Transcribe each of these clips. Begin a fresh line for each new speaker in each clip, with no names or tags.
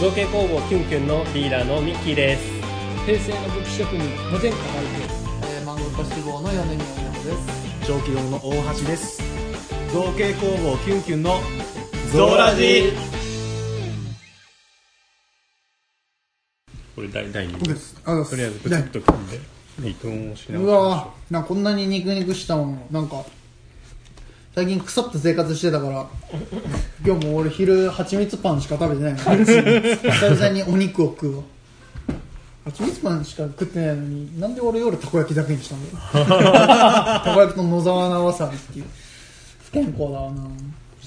造形工房キュンキュンのリーダーのミッキーです
平成の武器職人無前科大です、えー、漫画家志望の米宮奈々です
長期堂の大橋です造形工房キュンキュンの
これ第第2
僕
部
です。あ
とりあえずプチ
ね
ッと組んで2分をしな
うわぁ、なんかこんなに肉肉したもの、なんか、最近腐った生活してたから、今日も俺昼、蜂蜜パンしか食べてないの。久々にお肉を食うわ。蜂蜜パンしか食ってないのに、なんで俺夜たこ焼きだけにしたんだよ。たこ焼きと野沢菜わさびっていう。不健康だわな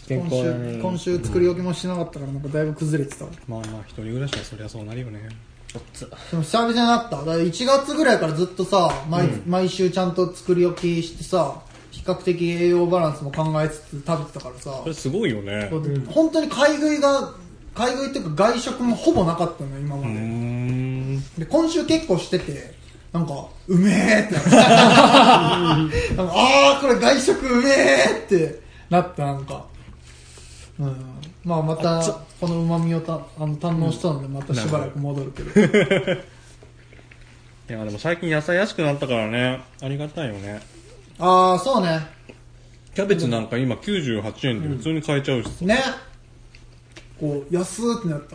健
今
康だね
週、今週作り置きもしてなかったから、なんかだいぶ崩れてたわ。
まあまあ一人暮らしはそりゃそうなるよね
でも久々になっただから1月ぐらいからずっとさ毎,、毎週ちゃんと作り置きしてさ比較的栄養バランスも考えつつ食べてたからさ
これすごいよね
本当に買い食いが買い食いっていうか外食もほぼなかったのよ今まで、
うん
で今週結構しててなんかうめえっ てなったなんかああこれ外食うめえってなったなんかうんまあまたこのうまみをたあの堪能したのでまたしばらく戻るけど
いやでも最近野菜安くなったからねありがたいよね
ああそうね
キャベツなんか今98円で普通に買えちゃうしさ、
ねこう安ーってなった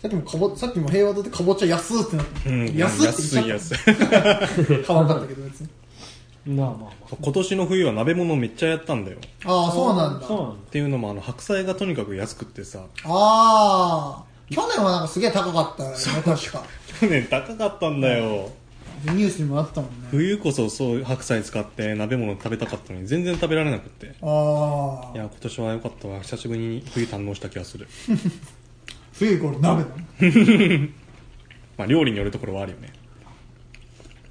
さっきもかぼさっきも平和だってかぼちゃ安ーってなった、
うん、
安ーって
安い
言っち
安い
ゃった買わなかったけど別に
まあまあま
今年の冬は鍋物めっちゃやったんだよ
ああそうなん
あ
だ
そうなん
っていうのもあの白菜がとにかく安くってさ
ああ去年はなんかすげえ高かったよね確か
去年高かったんだよ、
ニュースにもあったもんね
冬こそそう白菜使って鍋物食べたかったのに全然食べられなくって
あ
い
あ
や今年は良かったわ久しぶりに冬堪能した気がする
冬イコール鍋だ
まあ料理によるところはあるよね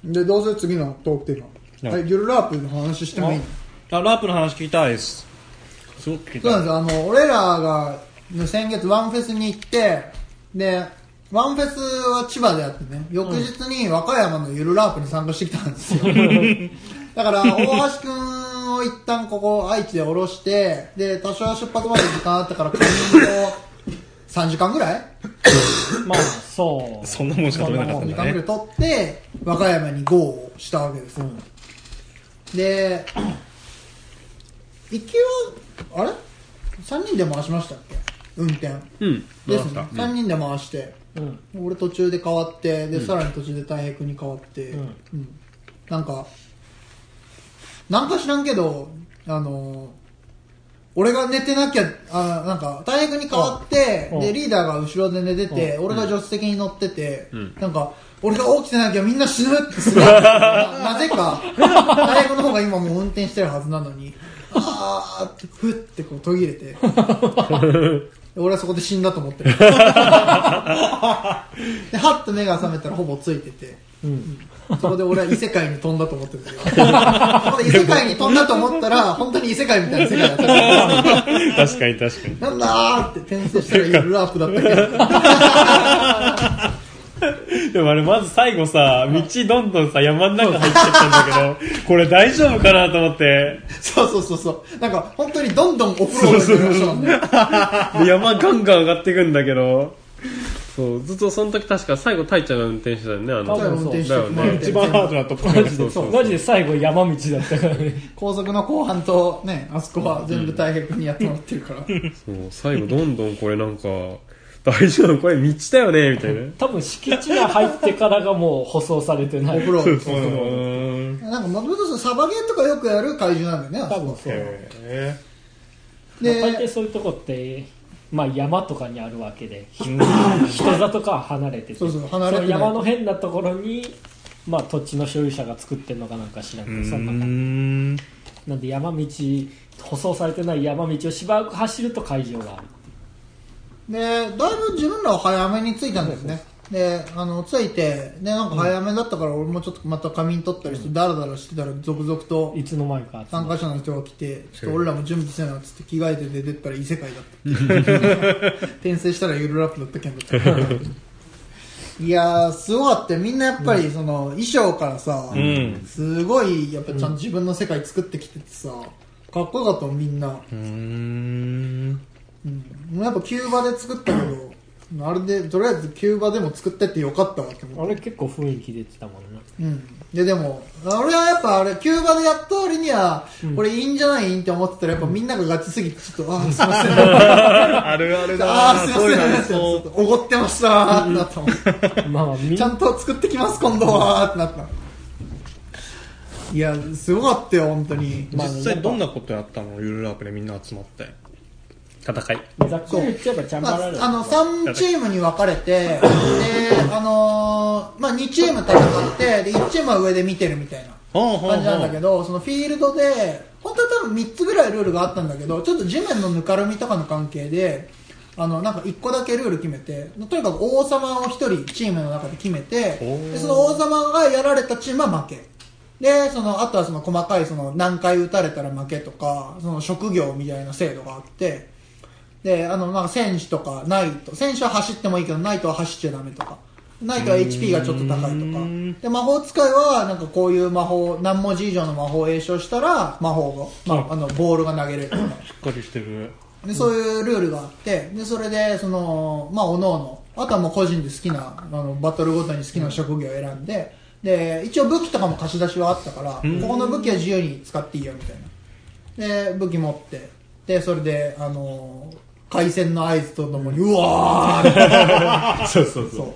でどうせ次のトークテーマ
は
はいいゆるラープの話してもいいの
あラープの話聞きたいですすごく聞き
そうな
た
いんですよ。あの、俺らが、先月ワンフェスに行って、で、ワンフェスは千葉でやってね、翌日に和歌山のゆるラープに参加してきたんですよ。だから、大橋くんを一旦ここ、愛知で降ろして、で、多少出発まで時間あったから、仮にこう、3時間ぐらい
あまあそう
そんなもんしか取れなかったん
時
だ
間ぐら
ね
い取って、和歌山に GO をしたわけですよ。で、行きは、あれ ?3 人で回しましたっけ運転。
うん
ですね。3人で回して、
うん
俺途中で変わって、で、さらに途中で太平君に変わって、
うん
うんなんか、なんか知らんけど、あのー俺が寝てなきゃ、あなんか、大変に変わって、
うん
で、リーダーが後ろで寝てて、俺が助手席に乗ってて、
ん
なんか、俺が起きてなきゃみんな死ぬってす ごいななぜか、大変の方が今もう運転してるはずなのに、あーって、ふってこう途切 れて、で俺はそこで死んだと思ってる。で、はっと目が覚めたらほぼついてて、
うん
そこで俺は異世界に飛んだと 思ってるんですよ。そこで異世界に飛んだと思ったら、本当に異世界みたいな世界だったから。
確かに確かに
なんだーって転生したらゆるアップだったけど。
でもあれまず最後さ道どんどんさ山の中入ってったんだけどこれ大丈夫かなと思って
そうそうそうそう。なんか本当にどんどんオフロードしてましたも んね。
で山ガンガン上がってくんだけど
そう、ずっとその時確か最後、タイちゃんが運転してたよね、あ
多
の。
分
運転してもらって。
一番ハードなとこマジ
そう
そ
そうう
マジで最後山道だったからね
高速の後半とね、あそこは全部大変にやってもらってるから。
そう最後、どんどんこれなんか、大丈夫これ道だよねみたいな。
多分敷地内入ってからがもう舗装されてな
オ
い
フロー
うーん
ド。なんかもともとサバゲーとかよくやる怪獣なんだよね、あ
多
そこ
分そう、
へ
まあ大抵
で、
そういうとこってまあ山とかにあるわけでひ人里からは離れてて
そうそう離れてない
その山の変なところにまあ土地の所有者が作ってるのかなんか知らんけ
ーう
どそんな
ー
感じ
ん
なんで山道舗装されてない山道をしばらく走ると会場がある
で、だいぶ自分らは早めに着いたんですね。で、あの、着いて、で、なんか早めだったから俺もちょっとまた仮眠取ったりして、ダラダラしてたら続々と
いつの間にか集
参
まる
加者の人が来て、ちょっと俺らも準備せなっつって着替えて出てったら異世界だった。 転生したらゆるラップだったけんだ った。いやー、すごかったよみんなやっぱりその衣装からさ、
ん
すごいやっぱちゃんと自分の世界作ってきててさ、かっこよかったもんみんな。
うーん
うん、やっぱキューバで作ったけど、あれでとりあえずキューバでも作ってってよかったわって思
あ
っ
れ結構雰囲気出てたもんな
てうんででも俺はやっぱあれキューバでやった割には、これいいんじゃないって思ってたらやっぱみんながガチすぎてちょっとああすいません
あるある
あ
だ
あ
な
すいま
そういうのあ
せん
り
ってち
そ
ょっ
う
とおごってましたーってなったもん
まあみん
ちゃんと作ってきます今度はーってなったいやすごかったよ本当に
まあ
実際どんなことやったのゆるラープでみんな集まって戦い
ざっくり言っちゃえばチャン
ま
バラ
あ
ル、
あの3チームに分かれて、であのーまあ、2チーム戦ってで、1チームは上で見てるみたいな
ほうほう
感じなんだ
ほ
けど、そのフィールドで、本当は多分3つぐらいルールがあったんだけど、ちょっと地面のぬかるみとかの関係で、あのなんか1個だけルール決めて、とにかく王様を1人チームの中で決めて、でその王様がやられたチームは負け。でそのあとはその細かいその何回打たれたら負けとかその職業みたいな制度があってであのまあ選手とかナイト選手は走ってもいいけどナイトは走っちゃダメとかナイトは HP がちょっと高いとかで魔法使いはなんかこういう魔法何文字以上の魔法を詠唱したら魔法が、まあ、あのボールが投げれるとか
しっかりしてる
でそういうルールがあってでそれでそのまあおのおのあとはもう個人で好きなあのバトルごとに好きな職業を選んでで一応武器とかも貸し出しはあったから、ここの武器は自由に使っていいよみたいなで武器持ってでそれであの海鮮の合図とともにうわーって
そうそう
そう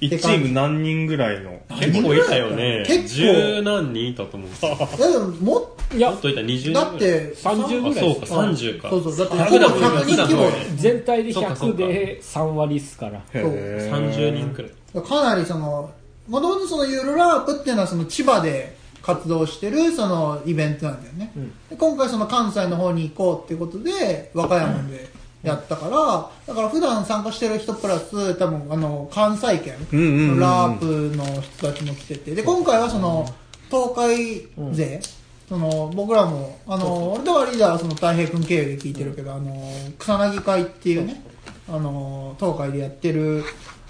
1チーム何人ぐらいの結構いたよね
結構
十何人いたと思う
だけどもっ
いや
もっといた20人ぐらい
だって
30
あそうか30か
そうそうだって
100
ほぼ
だもんね
100人規模よ
全体で
そうかそう
100
か
で3割っすから
へー
30人くらい
かなりそのもともとそのゆるラープっていうのはその千葉で活動してるそのイベントなんだよね、で今回その関西の方に行こうっていうことで和歌山でやったからだから普段参加してる人プラス多分あの関西圏
うんうんうんう
の
ん
ラープの人たちも来ててで今回はその東海勢、その僕らもあの俺とはリーダーはその太平君経由で聞いてるけど、あの草薙会っていうねあの東海でやってる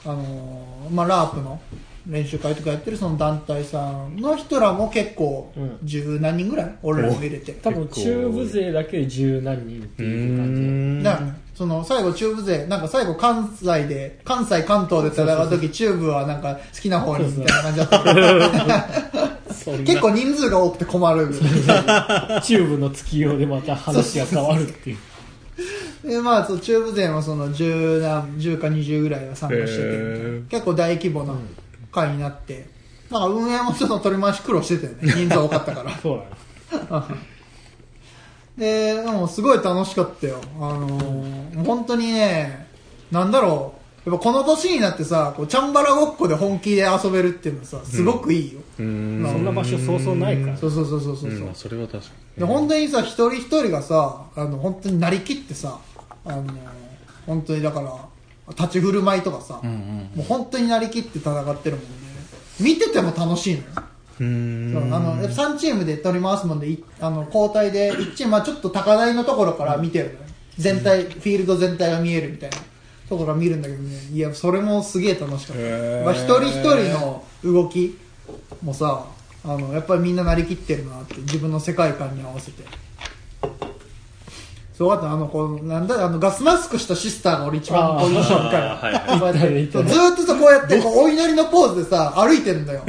あの、まあ、ラープの練習会とかやってるその団体さんの人らも結構
うん
十何人ぐらい俺らも入れて
多分中部勢だけで十何人っていう感
だからねその最後中部勢なんか最後関西で関西関東で戦う時中部はなんか好きな方にみたいな感じだったけど結構人数が多くて困る
じ中部の月曜でまた話が変わるっていう
でまあそう中部勢もその10何10か20ぐらいは参加してて、
へー
結構大規模な会になって、なんか運営もちょっと取り回し苦労してたよね人数多かったから
そうだね
ででもすごい楽しかったよあのー本当にねなんだろうやっぱこの年になってさこうチャンバラごっこで本気で遊べるっていうのはさすごくいいよ、
うん
まあ
そんな場所そうそうないから
そうそうそうそうそう、う
うんそれは確か
で本当にさ一人一人がさあの本当になりきってさあの本当にだから立ち振る舞いとかさ、もう本当になりきって戦ってるもんね見てても楽しいのよ
にうん
そうあの3チームで取り回すもんでいあの交代で1チームはちょっと高台のところから見てるのよ全体フィールド全体が見えるみたいなところは見るんだけどねいやそれもすげえ楽しかったやっぱ一人一人の動きもさあのやっぱりみんななりきってるなって自分の世界観に合わせてそうだったあのこうなんだあのガスマスクしたシスターが俺一番こう印象深い
あーはい
こうやっ
いたね
て
い
ず
たね
ーっとさこうやってこうお祈りのポーズでさ歩いてる んだよ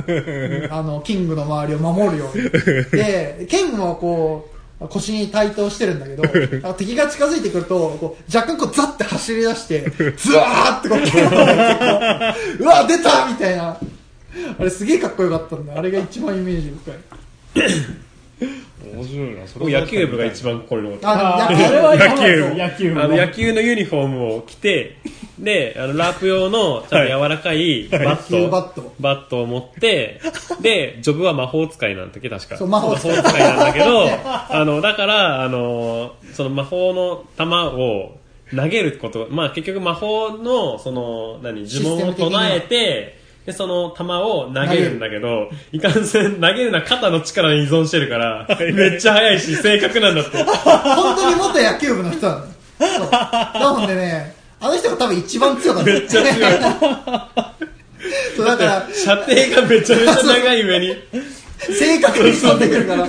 あのキングの周りを守るようにでキングもこう腰に対等してるんだけどなん か敵が近づいてくるとこう若干こうザッて走り出 してズワーってこう剣を持ってこううわ出たみたいなあれすげえかっこよかったんだよあれが一番イメージ深い
面白いなそれ野球部が一番これの
あ
あ
で
ー
も
あれは
野球部
野球部
あの
ね
野球のユニフォームを着て であのラープ用のちょっと柔らかいバット,、
はいバット
バットを持ってでジョブは魔法使いなんだっけ確か
そう魔法使い
魔使いなんだけどあのだからあのその魔法の玉を投げることまあ結局魔法のその何呪文を唱えてでその玉を投げるんだけどいかんせん投げるのは肩の力に依存してるからめっちゃ速いし正確なんだって
本当に元野球部の人なのよそうなのでねあの人が多分一番強かっためっちゃ強いそうだから
射程がめちゃめちゃ長い上に
正確に飛んでくるから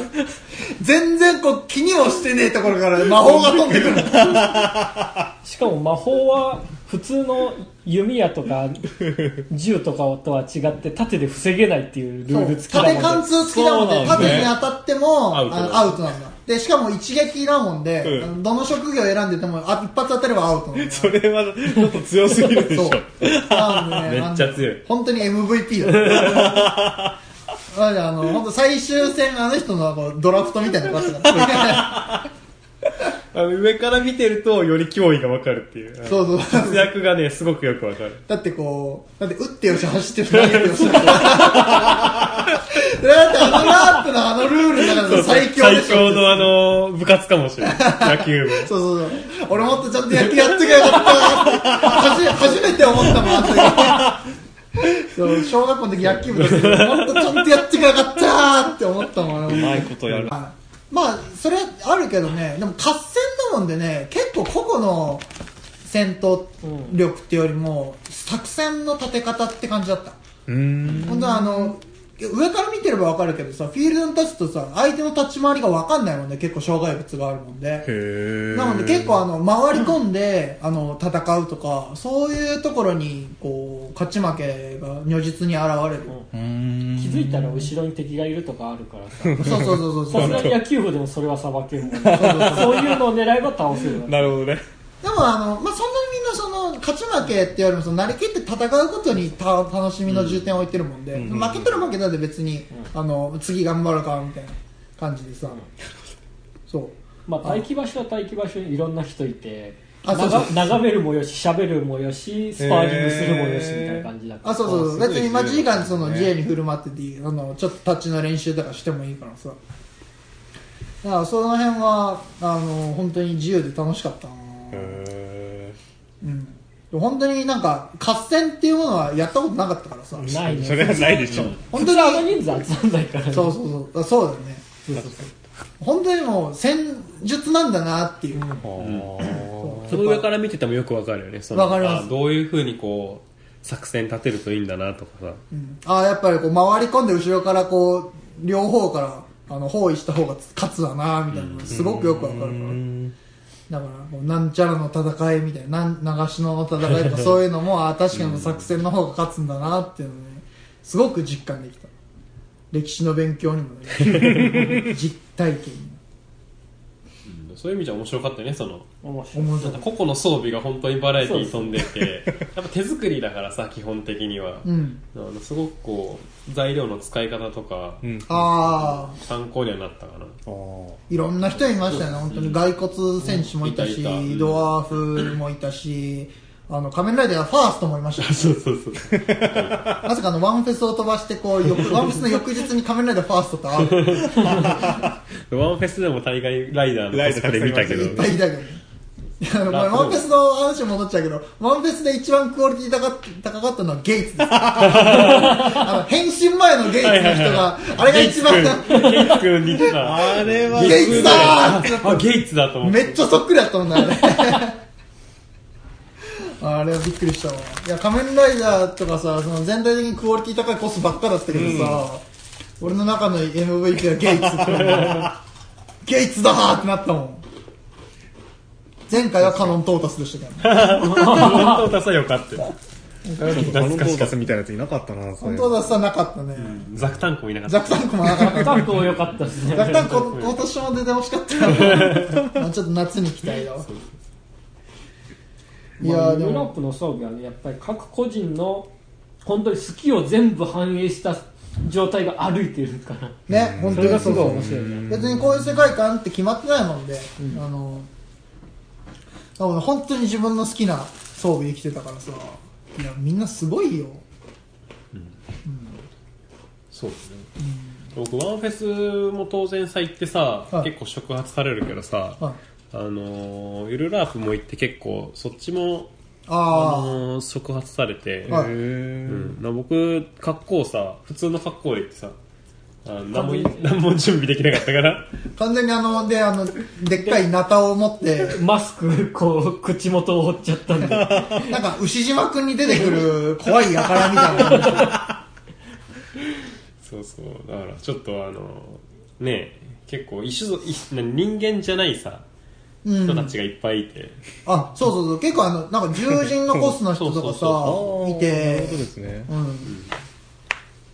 全然こう気にもしてねえところから魔法が飛んでくる
しかも魔法は
普通の弓矢とか銃とかとは違って縦で防げないっていうルール付きだ
縦
もん
貫
ね
通付きだもんで、
そうなんです
縦
ね
に当たっても
アウト
あのアウトなんだ。で、しかも一撃だもんで、
うん
あのどの職業選んでてもあ一発当たればアウトなんだ。
それはちょっと強すぎるでし
そ
ょ
う。なんでね
めっちゃ強い。
本当に MVP だ。 なんであの、本当最終戦、あの人のこうドラフトみたいな感じだった。
あの上から見てるとより脅威がわかるっていう
そうそう
活躍がねすごくよくわかる
だってこう、だって打ってよし、走ってよし、投げてよし。 だってあのラープのあのルールの中で最強でしょ。
最強のあの部活かもしれない野球部
そうそうそう。俺もっとちゃんと野球やってけよかったなって。初初めて思ったもん、あの時そう、小学校の時野球部だったけど、もっとちゃんとやってけよかったなって思ったもん、俺も
いことやる
はいまあ、それあるけどね、でも合戦だもんでね、結構個々の戦闘力っていうよりも、作戦の立て方って感じだった。
うん
本当はあの、上から見てればわかるけどさ、フィールドに立つとさ、相手の立ち回りがわかんないもんね、結構障害物があるもんで。
へ
なので結構あの回り込んであの戦うとかそういうところにこう勝ち負けが如実に現れる、
気づいたら後ろに敵がいるとかあるからさ
そうそうそうそうそ
さ
う
すがに野球部でもそれはさばけるもん、ね、そういうのを狙えば倒せるわ
なるほどね
でもあの、まあ、そんなにみんなその勝ち負けっていうよりもそのなりきって戦うことにた楽しみの重点を置いてるもんで、負けたら負けたで別に、あの次頑張るかみたいな感じでさ、そう
まあ待機場所は待機場所にいろんな人いて
あそうそう
眺眺めるもよし喋るもよしスパーリングするもよしみたいな感じだから
あそうそうそう別に待ち時間その
ね
自由に振る舞ってていい、あのちょっと立ちの練習とかしてもいいからさだからその辺はあの本当に自由で楽しかったな
へ
うん本当になんか合戦っていうものはやったことなかったからさ
ない
ー
ね
それはないでしょ
本
普通
当
の
に
人数集まんないからね
そうそうそうあそうだよねそうそうそう本当にもう戦術なんだなっていう、
うんその上から見ててもよくわかるよねその
わかります
あどういうふうにこう作戦立てるといいんだなとかさ
うんあやっぱりこう回り込んで後ろからこう両方からあの包囲した方が勝つわなみたいなのがすごくよくわかるから、
うん
だからもうなんちゃらの戦いみたいななん長篠の戦いとか そういうのもあ確かに作戦の方が勝つんだなっていうのねすごく実感できた歴史の勉強にもな る実体験に
そういう意味じゃ面白かったねその
面白い
思う
なんか個々の装備が本当にバラエティー飛んで てやっぱ手作りだからさ基本的には、
うん
あのすごくこう材料の使い方とか、
ああ
参考にはなったかな
ーいろんな人いましたよね本当に骸骨戦士もいたし、
いたいたうん
ドワーフもいたしあの仮面ライダーファーストもいましたよ
そうそうそう
まさかあのワンフェスを飛ばしてこう 翌ワンフェスの翌日に仮面ライダーファーストと会う
ワンフェスでも大概ライダーのコスプレ見たけど
いっぱいいたけど。あのまあワンフェスの話戻っちゃうけど、ワンフェスで一番クオリティ高かった高かったのはゲイツ です。あの変身前のゲイツの人が、あれが一番、
ゲイツ君似てた
あれは
ゲイツだ
あゲイツだと思っ
めっちゃそっくりだったもんね、あれ。 あれはびっくりしたわ。いや、仮面ライダーとかさ、その全体的にクオリティ高いコスばっかだったけどさ、俺の中の MVP はゲイツってゲイツだーってなったもん。前回はカノントータスでしたけどね。
本当ださよかったよ
カノントータスみたいなやついなかったなそ
本
れ
当はさなかったね、
ザクタンクもいなかっ
ザ
た
クタンクもなか った
タンクも良かったですね
ザクタンクこ今年も出てほし かったなまあちょっと夏に期待だわい
まあ
やで
ヨーロッ
も
パの装備はねやっぱり各個人の本当に好きを全部反映した状態が歩いてる から
ね本
そ
当
れ
に
がす
そう
ごい
そう
面白いね
別にこういう世界観って決まってないもんで、あのだから本当に自分の好きな装備できてたからさいやみんなすごいよ
そうですね僕ワンフェスも当然さ行ってさ
はい
結構触発されるけどさ
はい
あのーゆるラープも行って結構そっちも
あ
あのー触発されて
あ、はい、
うん、な僕格好さ普通の格好で行ってさあの何も何も準備できなかったから
完全にあのであのでっかいナタを持って
マスクこう口元を掘っちゃったんで
なんか牛島くんに出てくる怖いやからみたいな
そうそうだからちょっとあのねえ結構一種族いな人間じゃないさ
うん
人たちがいっぱいいて、
あそうそうそう結構あのなんか獣人のコスの人とか
そうそうそ
さい
なる
て
ほどですね。
うん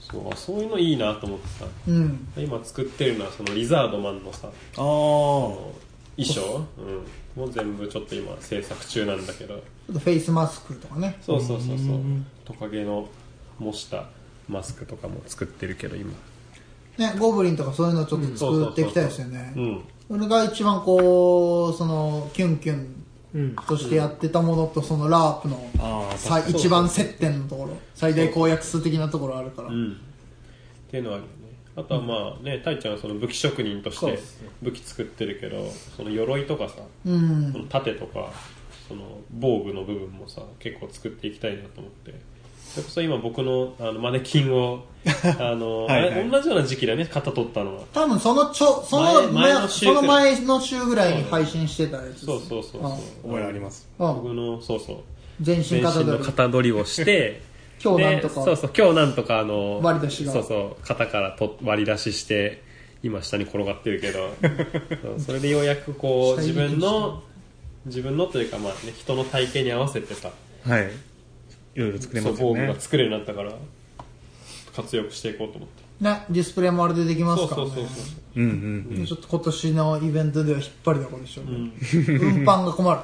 そうあそういうのいいなと思ってさ
うん
今作ってるのはそのリザードマンのさ
ああ。
衣装、うん、もう全部ちょっと今制作中なんだけど
ちょっとフェイスマスクとかね
そうそうそうそうトカゲの模したマスクとかも作ってるけど今
ねゴブリンとかそういうのちょっと作っていきたいですよね
うん
それが一番こうそのキュンキュン
うん
としてやってたものとそのラープの
ああ。
さ一番接点のところ最大公約数的なところあるから
うんっていうのはあるよねあとはまあねたいちゃんはその武器職人とし
そうってす
武器作ってるけどその鎧とかさ
うん
その盾とかその防具の部分もさ結構作っていきたいなと思ってそれこそ今僕のあのマネキンをあ の
はいはい
あれ同じような時期だよね型取ったのは
多分そのちょその
前前の週
その前の週ぐらいに配信してたやつ
そうそうそうそう
覚えあります。
うんうん
僕のそうそう
全身
全
型
身
だ
の型取りをして
今日なんとか
でそうそう今日なんとかあの
割り出しが
そうそう型からと割り出しして今下に転がってるけ どそうそれでようやくこう
下に行き
自
ました
分の自分のというかまあね人の体型に合わせてさ
はい。いろいろ作れ
そ
ま
う
すよ
防具
ね
が。作れるようになったから活躍していこうと思って
ねディスプレイもあれでできま
そ
す
う
か
そ
ら
うそう
ね
そう
うんうん。
ちょっと今年のイベントでは引っ張りだこでしょうね、
ん
運搬が困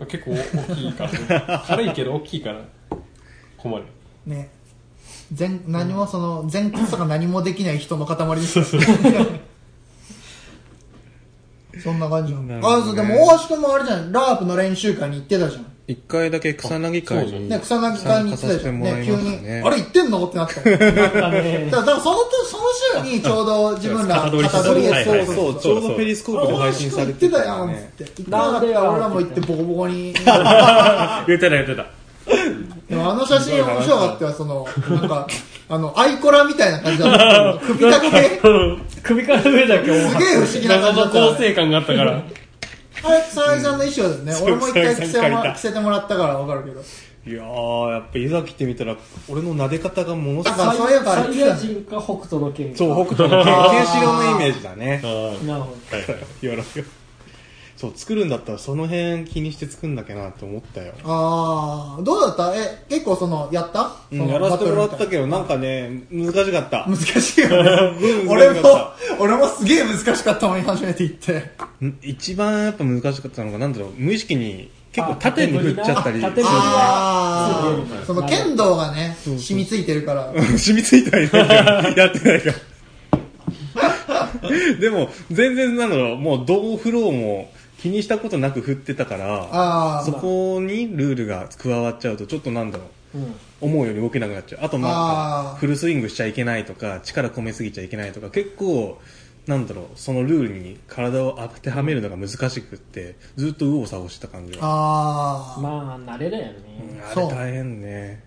る
結構大き いから軽いけど大きいから困る
ね全何もその前屈とか何もできない人の塊ですよそんな感じな
な
の
るほど
あ
ね
そうでも大橋君もあれじゃんラープの練習会に行ってたじゃん
一回だけ草薙会に
ね、草薙会に行ってたじゃん、ね、急に、あれ行ってんのってなったもんだ
あったね
からだからそのとその週にちょうど自分ら
型取り
を
はい
そ
は
う
い
そうそう
ちょうどペリスコープで
大
配
橋君
信さ
行
れ
って
て
た
た
や
よ
んっ
ね。
つって行かなかったら俺らも行ってボコボコに
言ってた言ってた
でもあの写真面白かったよそのなんかあのアイコラみたいな感じだったけど首だけ
首から上だけお
す
前
げえ不思議な
謎
感じだっ
の
たよ
構
ね
成感があった から
あれ草薙さんの衣装だよね、
そう
俺も一回着
草
せ
薙
も
さん借り
ら
た
着せてもらったから分かるけど
いやー、やっぱいざ来てみたら、俺の撫で方がものすごい。
あそういえばあれ
サイヤ人か北斗の剣
そう、北斗の剣ケンシロウのイメージだね。
なるほど
よろよ。そう、作るんだったらその辺気にして作んなきゃなと思ったよ。
ああどうだったえ結構そのやった、
う
そ
ん、
の
やらせてもらっ
バトル
た
み
けど、なんかね、難しかった。
たいな難しいよね
すごい
俺
難
も
しか
俺もすげえ難しかったもん初めて行って
ん一番やっぱ難しかったのが、なんだろう、無意識に結構縦に振っちゃったり
あ縦振りな
あ
すげ
あ
え
その剣道がね染みついてるから
染みついたりなんかやってない から。でも、全然なんだろう、もうどうフローも気にしたことなく振ってたから、
あ
そこにルールが加わっちゃうと、ちょっとなんだろう、
うん
思うより動けなくなっちゃう。あとま
あー
あ、フルスイングしちゃいけないとか、力込めすぎちゃいけないとか、結構、なんだろう、そのルールに体を当てはめるのが難しくって、ずっと右往左往してた感じ
あ
が。
ああ
まあ慣れだよ
うん
ね、
あ
そ
れ
う
大変ね。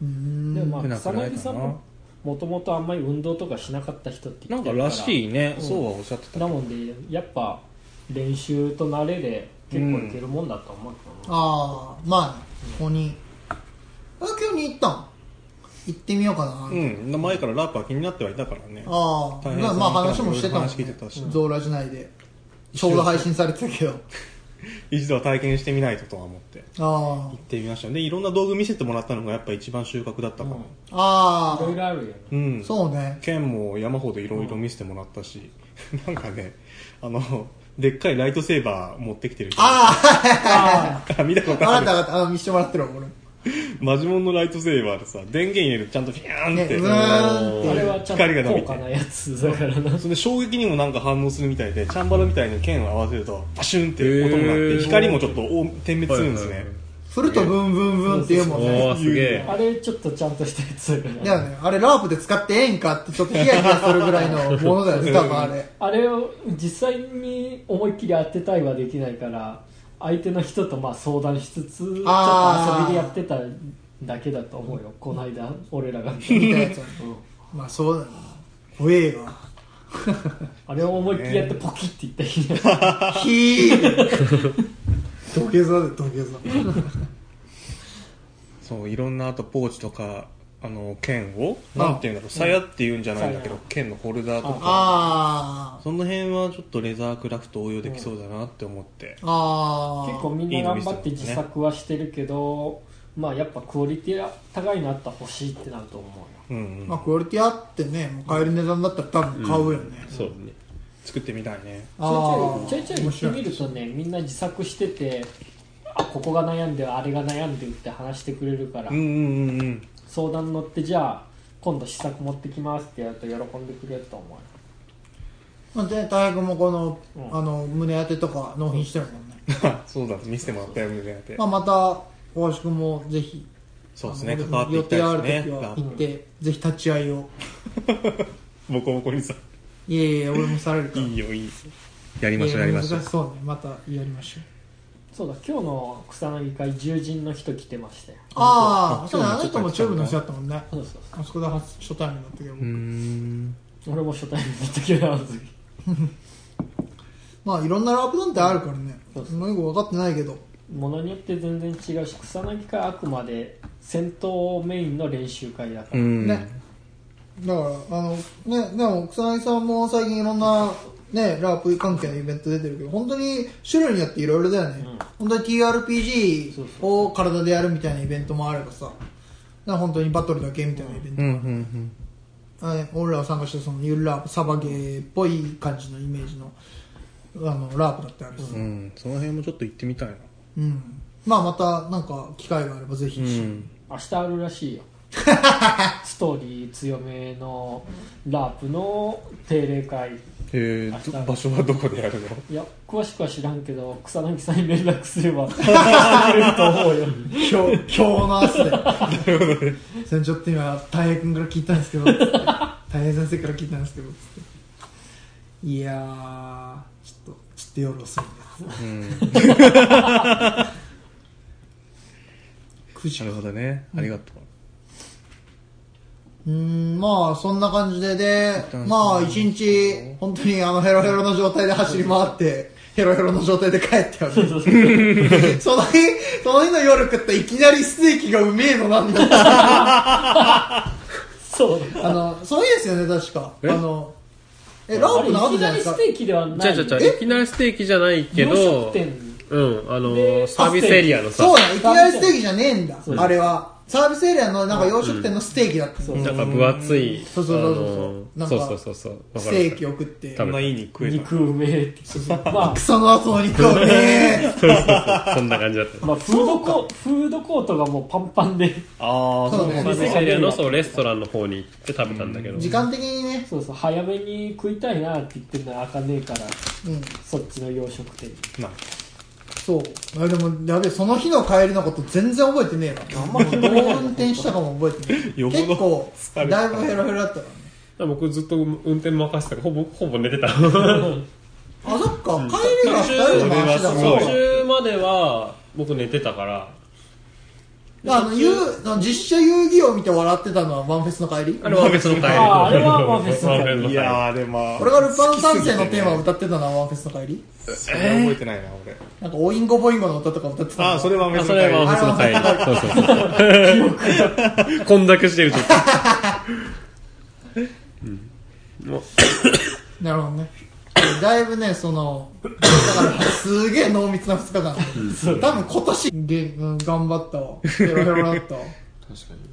うーん
でもま
出
あ
な
草
くない
薙さ
か
ん
な
も。もともとあんまり運動とかしなかった人って
な
言っ
ん
て
か
るから
らしいね、
うん
そうはおっしゃってた。
だもんでやっぱ練習と慣れで結構いけるもんだと思うけどな、
ああまあねここにあ急に行ったん行ってみようかな、
うん、前からラープは気になってはいたからね。
ああ、
大変
まあ
そう
まあ話もしてたもん、
話聞いてたし
ゾーラじゃないで。ちょうど配信されてたけど。
一度は体験してみないととは思って。
あ
行ってみましたね。いろんな道具見せてもらったのがやっぱ一番収穫だったかも。
あ、あ
いろいろあるよね
うん。
あ、そうね。
剣も山ほどいろいろ見せてもらったし、なんかね、あの、でっかいライトセーバー持ってきてる人。
あ
あ
あ 見たこ
あ、
と
わか
あ
った
る。
わかった。あ見せてもらってるわ、俺。
マジモンのライトセーバーでさ、電源入れるとちゃんとピャーンっ
ね、
て。
うーんっ
あ
てい
あ
う。
れはちゃん
光が
と
伸び
高
て
価なやつだからな
それで衝撃にもなんか反応するみたいで、チャンバラみたいに剣を合わせると、パシュンって音になって、光もちょっとお点滅するんですね。
振るとブンブンブンって言うもん
おお
ね。
すげえ
あれちょっとちゃんとしたやつだか
だ
ら
よね。あれ、ラープで使ってええんかって、ちょっとヒヤヒヤするぐらいのものだよね、多分あれ。
あれを実際に思いっきり当てたいはできないから相手の人とまあ相談しつつちょっと
あー
遊びでやってただけだと思うよこの間俺らが
見たやつはね
うん
まあ、そうだよな。怖えわ。
あれを思いっきりやってポキっていった日には
ひー土下座で土下座。
そう、いろんなあとポーチとか、あの剣をなんていうんだろう鞘っていうんじゃないんだけど
鞘
剣のホルダーとか
あー
その辺はちょっとレザークラフト応用できそうだなって思って、
あー
結構みんな頑張って自作はしてるけどまあやっぱクオリティが高いなったら欲しいってなると思うよ
うんうん
まあクオリティあってねもう買える値段だったら多分買うよね、
そうだね
作ってみたいね
ああ
ちょいちょいちょいちょい行ってみるとねみんな自作しててあここが悩んでるあれが悩んでるって話してくれるから、
うんうんうんうん
相談乗ってじゃあ今度試作持ってきますってやると喜んでくれると思うよ
まあ、で大学もこの,、
うん
あの胸当てとか納品してるもんね、
そうだ見せてもらったよみたいな
まあ、また大橋君もぜひ
そうですね
あの
関わってい
予
きた
定ある
いで
時
すね
は
が
行って、ぜひ立ち会いを
ボコボコにさ
いやいや俺もされるか
い
ら
いよいいよやりましょうやりまし
いや
ょう
難しそうねまたやりましょう
そうだ今日の草薙会獣人の人来てましたよ
ああそうね
今
あ
日
の
もち
人
ょっとやって
もチューブの人だ
たんだ
ったもんね
そうそう
あそこで初初対面だったけど、
うーん
そう俺も初対面の時はあの時
まあいろんなラップなんてあるからね
そうそ
もうよく分かってないけど
ものによって全然違うし草薙会あくまで戦闘メインの練習会だか
う
ら、
ん
ねだからあのねでも草薙さんも最近いろんなねラープ関係のイベント出てるけど本当に種類によっていろいろだよね、本当に
そう
TRPG
そう
を体でやるみたいなイベントもあればさだから本当にバトルだけみたいなイベント
うんう、んうん
あね俺らが参加したそのゆるラープサバゲーっぽい感じのイメージのあのラープだってあるし、
うんその辺もちょっと行ってみたいな
うんまあまたなんか機会があればぜひ、
うん
明日あるらしい よストーリー強めのラープの定例会
えーど場所はどこでやるの
いや詳しくは知らんけど草薙さんに連絡す れば知ってくれると思うよ
今日今日の朝でそれちょっと今たい平君から聞いたんですけどたい平先生から聞いたんですけどつっていやーちょっとちょっと夜遅いんで
9時なるほどねありがと
う
う
ーんまあそんな感じでで
旦
まあ一日本当にあのヘロヘロの状態で走り回ってヘロヘロの状態で帰ったよね その日その日の夜食ったいきなりステーキがうめえのなんだ
そう
あのそういうですよね確かあ
え
のえラープの
あれいき
後じ
な
ゃな
り
いですか
ステーキではない
じゃあじゃあじゃあいきなりステーキじゃないけ
洋食
ど
店
うんあの
で
サービスエリアのさ
そうだいきなりステーキじゃねえんだ
そうです
あれはサービスエリアのなんか洋食店のステーキだった
そ
の
う
なんか分厚い
そうそうそうそう
あの
なんか
そうそうそうそうわ
ス
かる
テ
わ
ー
か
キ
る
を食って
こんないい肉食えた
肉うめえってまあ
草の後の肉を ね
そうそうそうそんな感じだった
まあ、フードコフードコートがもうパンパンで
ああ
そうね
サービスエリアのそうレストランの方に行って食べたんだけど
時間的にね
そうそう早めに食いたいなって言ってるのは開かねえから
うん
そっちの洋食店に
な
そうあでもやべえその日の帰りのこと全然覚えてねえわあんまどう運転したかも覚えてねえ
よほど
結構
疲
だ
れ
い
て
ぶ
た
ヘロヘロだったからね
僕ずっと運転任せてたからほぼほぼ寝て た
あそっか帰りが2人で回してたか
そう
途
ら
中までは僕寝てたから
あの遊あの実写遊戯王見て笑ってたのはワンフェスの帰り
あれは別の会
ああれはまあ別の会
いやーでも
俺がルパン三世のテーマを
を
歌ってたのはワンフェスの帰り
それ覚えてないな俺
なんか、オインゴボインゴの歌とか歌ってたの
ああそれは別
あ
の
それは
別
別
の
の
会
会そうそうそう混濁してるちょっ
なるほどね。だいぶね、その、だから、すげえ濃密な2日間。多分今年、げうん頑張ったわ。ヘロヘロだったわ。
確かに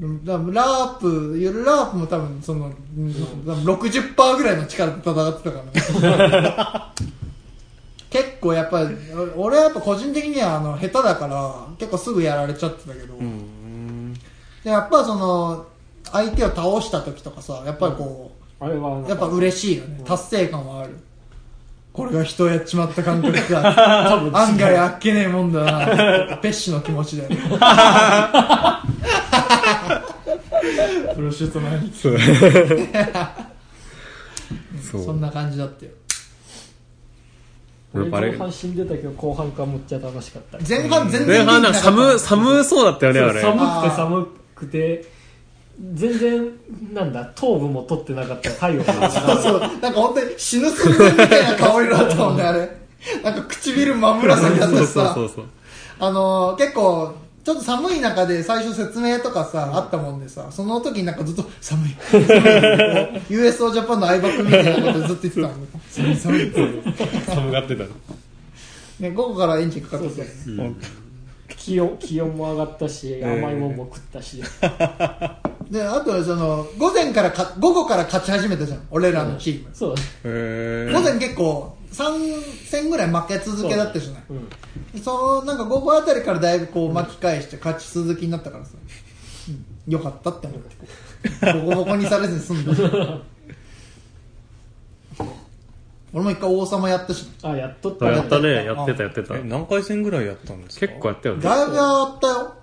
うん多分ラープ、ゆるラープも多分、その、うん多分60%ぐらいの力で戦ってたからね。 結構やっぱり、お俺はやっぱ個人的にはあの下手だから、結構すぐやられちゃってたけど、でやっぱその、相手を倒した時とかさ、やっぱりこう、
あれはなんか
やっぱ嬉しいよね達成感はあるこれが人をやっちまった感覚 か
多分
案外あっけねえもんだなペッシュの気持ち だよねプロシュートの兄貴
そうそう
そんな感じだったよ
俺
バレ
前半死んでたけど後半からむっちゃ楽しかった
前半全然
前半なんか
寒
寒寒そうだったよねあれ
そう寒く
あー
て寒くて全然なんだ頭部も取ってなかった太陽も
そう そうなんか本当に死ぬ寸前みたいな香りだったもんねあれなんか唇真紫だったしさ
そうそうそう
あのー結構ちょっと寒い中で最初説明とかさ、あったもんでさ、その時になんかずっと寒い、寒い USO ジャパンの相葉君みたいなことずっと言ってたんで、寒い、寒いって
寒がってたの
ね、午後からエンジンかかって
そう
て
そ、
うん
気温気温も上がったし甘いもんも食ったし、
で、あとはその、午前からか、午後から勝ち始めたじゃん、俺らのチーム。
そう
へ
午
ー
前結構、3戦ぐらい負け続けだったじゃない。
うん
そのなんか午後あたりからだいぶこう巻き返して勝ち続きになったからさ、うん、よかったって思ってこうボコボコにされずに済んだ俺も一回王様やったし
あやっとった
あ
な
やったねやってたやってた
え何回戦ぐらいやったんですか
結構やったよね
だいぶやったよ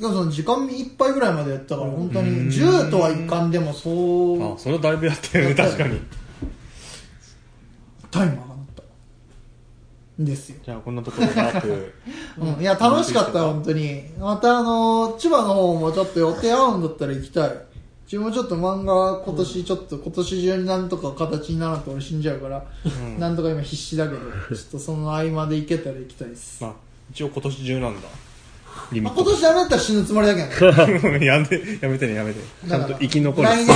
でもその時間いっぱいぐらいまでやったから本当に10とはいかんでもそう
あそれはだいぶやって るね確かに
タイマーがなったんですよ
じゃあこんなところでアップ
うん、いや、楽しかった、本当に。また、あのー千葉の方もちょっと予定合うんだったら行きたい。自分もちょっと漫画、今年ちょっと、今年中になんとか形にならんと俺死んじゃうから、なんとか今必死 だけど、ちょっとその合間で行けたら行きたいです。
まあ一応今年中なんだリミ
まあ、
ット
今年ダメだったら死ぬつもりだけど ね。
やめて、やめてね、やめて。ちゃんと生き残る
来
術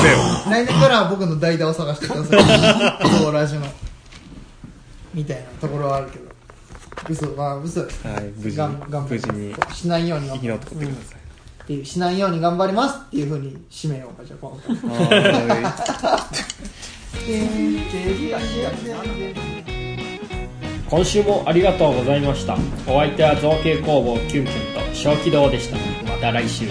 年、来年からは僕の代打を探してください。そう、ラジの。みたいなところはあるけど。嘘、まあ嘘です。
を。はい、無事
がん頑
に、
張
無
り
事
ます
に
しないように
生
頑
き
張りま
残
す
ってください。
っていうしないように頑張りますっていうふうに締めようかじゃあ今回。
は
今週もありがとうございましたお相手は造形工房キュンキュンと小気道でしたまた来週